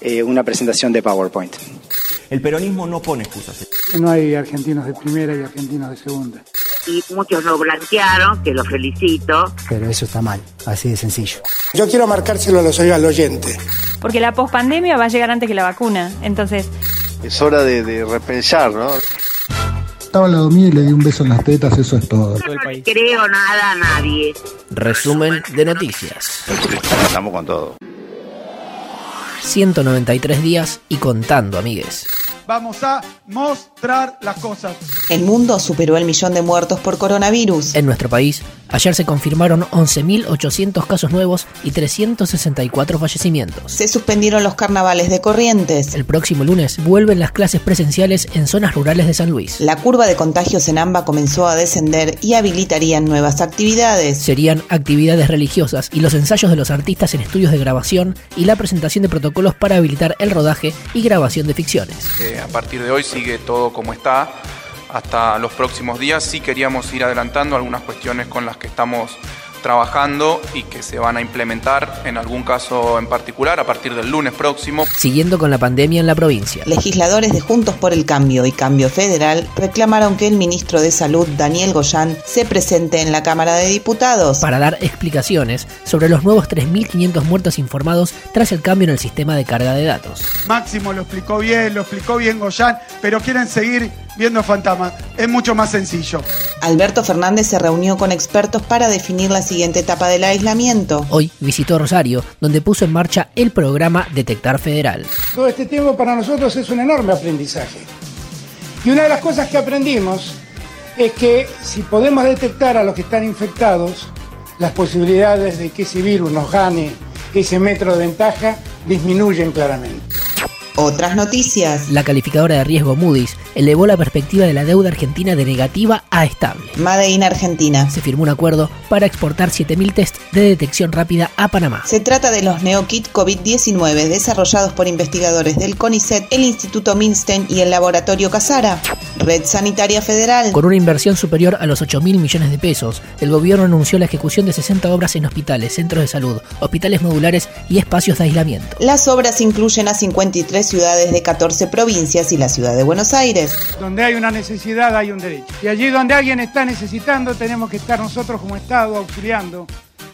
eh, una presentación de PowerPoint. El peronismo no pone excusas. No hay argentinos de primera y argentinos de segunda. Y muchos lo blanquearon, que lo felicito. Pero eso está mal, así de sencillo. Yo quiero marcárselo a los al oyente. Porque la pospandemia va a llegar antes que la vacuna, entonces... Es hora de, de repensar, ¿no? Estaba al lado mío y le di un beso en las tetas, eso es todo. Yo no le creo nada a nadie. Resumen de noticias. Estamos con todo. 193 días y contando, amigues. Vamos a mostrar las cosas. El mundo superó el millón de muertos por coronavirus. En nuestro país, ayer se confirmaron 11.800 casos nuevos y 364 fallecimientos. Se suspendieron los carnavales de Corrientes. El próximo lunes vuelven las clases presenciales en zonas rurales de San Luis. La curva de contagios en AMBA comenzó a descender y habilitarían nuevas actividades. Serían actividades religiosas y los ensayos de los artistas en estudios de grabación y la presentación de protocolos para habilitar el rodaje y grabación de ficciones. Eh, a partir de hoy sigue todo como está hasta los próximos días. Sí queríamos ir adelantando algunas cuestiones con las que estamos trabajando y que se van a implementar en algún caso en particular a partir del lunes próximo. Siguiendo con la pandemia en la provincia. Legisladores de Juntos por el Cambio y Cambio Federal reclamaron que el ministro de Salud, Daniel Goyán, se presente en la Cámara de Diputados para dar explicaciones sobre los nuevos 3.500 muertos informados tras el cambio en el sistema de carga de datos. Máximo lo explicó bien, lo explicó bien Goyán, pero quieren seguir viendo fantasmas. Es mucho más sencillo. Alberto Fernández se reunió con expertos para definir la siguiente etapa del aislamiento. Hoy visitó Rosario, donde puso en marcha el programa Detectar Federal. Todo este tiempo para nosotros es un enorme aprendizaje. Y una de las cosas que aprendimos es que si podemos detectar a los que están infectados, las posibilidades de que ese virus nos gane ese metro de ventaja disminuyen claramente. Otras noticias. La calificadora de riesgo Moody's elevó la perspectiva de la deuda argentina de negativa a estable. Made in Argentina. Se firmó un acuerdo para exportar 7.000 test de detección rápida a Panamá. Se trata de los NeoKit COVID-19 desarrollados por investigadores del CONICET, el Instituto Minstein y el Laboratorio Casara. Red Sanitaria Federal. Con una inversión superior a los 8.000 millones de pesos, el gobierno anunció la ejecución de 60 obras en hospitales, centros de salud, hospitales modulares y espacios de aislamiento. Las obras incluyen a 53 ciudades de 14 provincias y la ciudad de Buenos Aires. Donde hay una necesidad hay un derecho. Y allí donde alguien está necesitando tenemos que estar nosotros como Estado auxiliando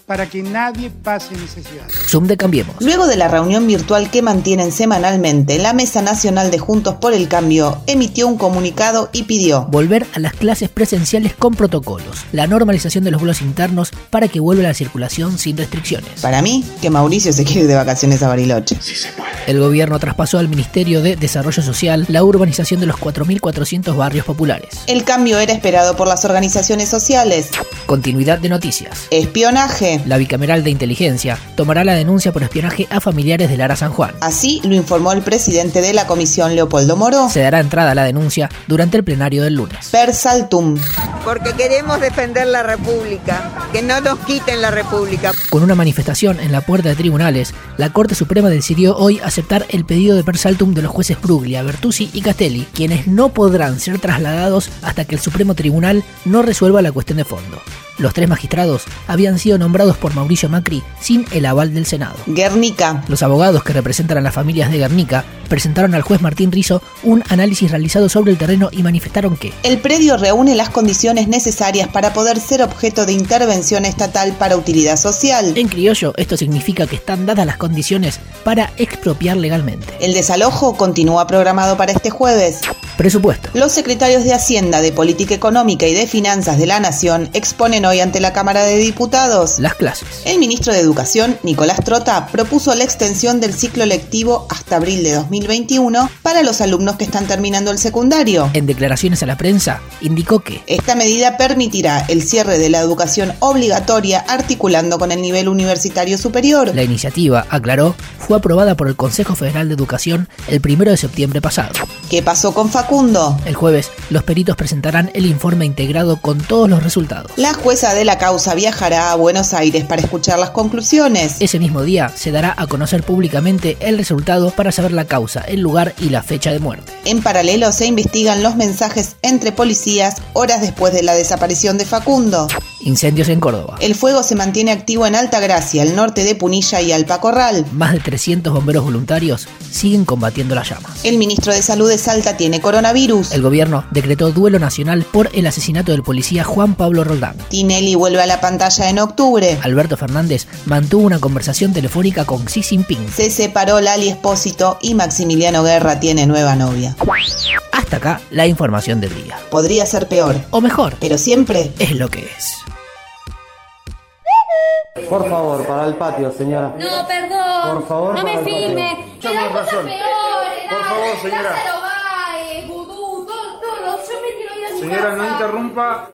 para que nadie pase necesidad. Zoom de Cambiemos. Luego de la reunión virtual que mantienen semanalmente, la Mesa Nacional de Juntos por el Cambio emitió un comunicado y pidió volver a las clases presenciales con protocolos, la normalización de los vuelos internos para que vuelva la circulación sin restricciones. Para mí, que Mauricio se quede de vacaciones a Bariloche. Sí se puede. El gobierno traspasó al Ministerio de Desarrollo Social la urbanización de los 4.400 barrios populares. El cambio era esperado por las organizaciones sociales. Continuidad de noticias. Espionaje. La bicameral de inteligencia tomará la denuncia por espionaje a familiares de Lara San Juan. Así lo informó el presidente de la comisión, Leopoldo Moró. Se dará entrada a la denuncia durante el plenario del lunes. Per saltum. Porque queremos defender la República, que no nos quiten la República. Con una manifestación en la puerta de tribunales, la Corte Suprema decidió hoy aceptar el pedido de per saltum de los jueces Bruglia, Bertuzzi y Castelli, quienes no podrán ser trasladados hasta que el Supremo Tribunal no resuelva la cuestión de fondo. Los tres magistrados habían sido nombrados por Mauricio Macri sin el aval del Senado. Guernica. Los abogados que representan a las familias de Guernica presentaron al juez Martín Rizo un análisis realizado sobre el terreno y manifestaron que el predio reúne las condiciones necesarias para poder ser objeto de intervención estatal para utilidad social. En criollo, esto significa que están dadas las condiciones para expropiar legalmente. El desalojo continúa programado para este jueves. Presupuesto. Los secretarios de Hacienda, de Política Económica y de Finanzas de la Nación exponen hoy ante la Cámara de Diputados. Las clases. El ministro de Educación, Nicolás Trota, propuso la extensión del ciclo lectivo hasta abril de 2021 para los alumnos que están terminando el secundario. En declaraciones a la prensa, indicó que esta medida permitirá el cierre de la educación obligatoria articulando con el nivel universitario superior. La iniciativa, aclaró, fue aprobada por el Consejo Federal de Educación el 1 de septiembre pasado. ¿Qué pasó con Facundo? El jueves, los peritos presentarán el informe integrado con todos los resultados. La juez jueza de la causa viajará a Buenos Aires para escuchar las conclusiones. Ese mismo día se dará a conocer públicamente el resultado para saber la causa, el lugar y la fecha de muerte. En paralelo se investigan los mensajes entre policías horas después de la desaparición de Facundo. Incendios en Córdoba. El fuego se mantiene activo en Altagracia, el norte de Punilla y Alpacorral. Más de 300 bomberos voluntarios siguen combatiendo las llamas. El ministro de Salud de Salta tiene coronavirus. El gobierno decretó duelo nacional por el asesinato del policía Juan Pablo Roldán. Tinelli vuelve a la pantalla en octubre. Alberto Fernández mantuvo una conversación telefónica con Xi Jinping. Se separó Lali Espósito y Maximiliano Guerra tiene nueva novia. Hasta acá la información del día. Podría ser peor. O mejor. Pero siempre es lo que es. Por favor, para el patio, señora. No, perdón. Por favor, no para me el filme. patio. Que las Tengo cosas razón. peores, Por dale, favor, señora. Lázaro Báez, Vudú, todo, todo. Yo me quiero ir a mi Señora, no casa. interrumpa.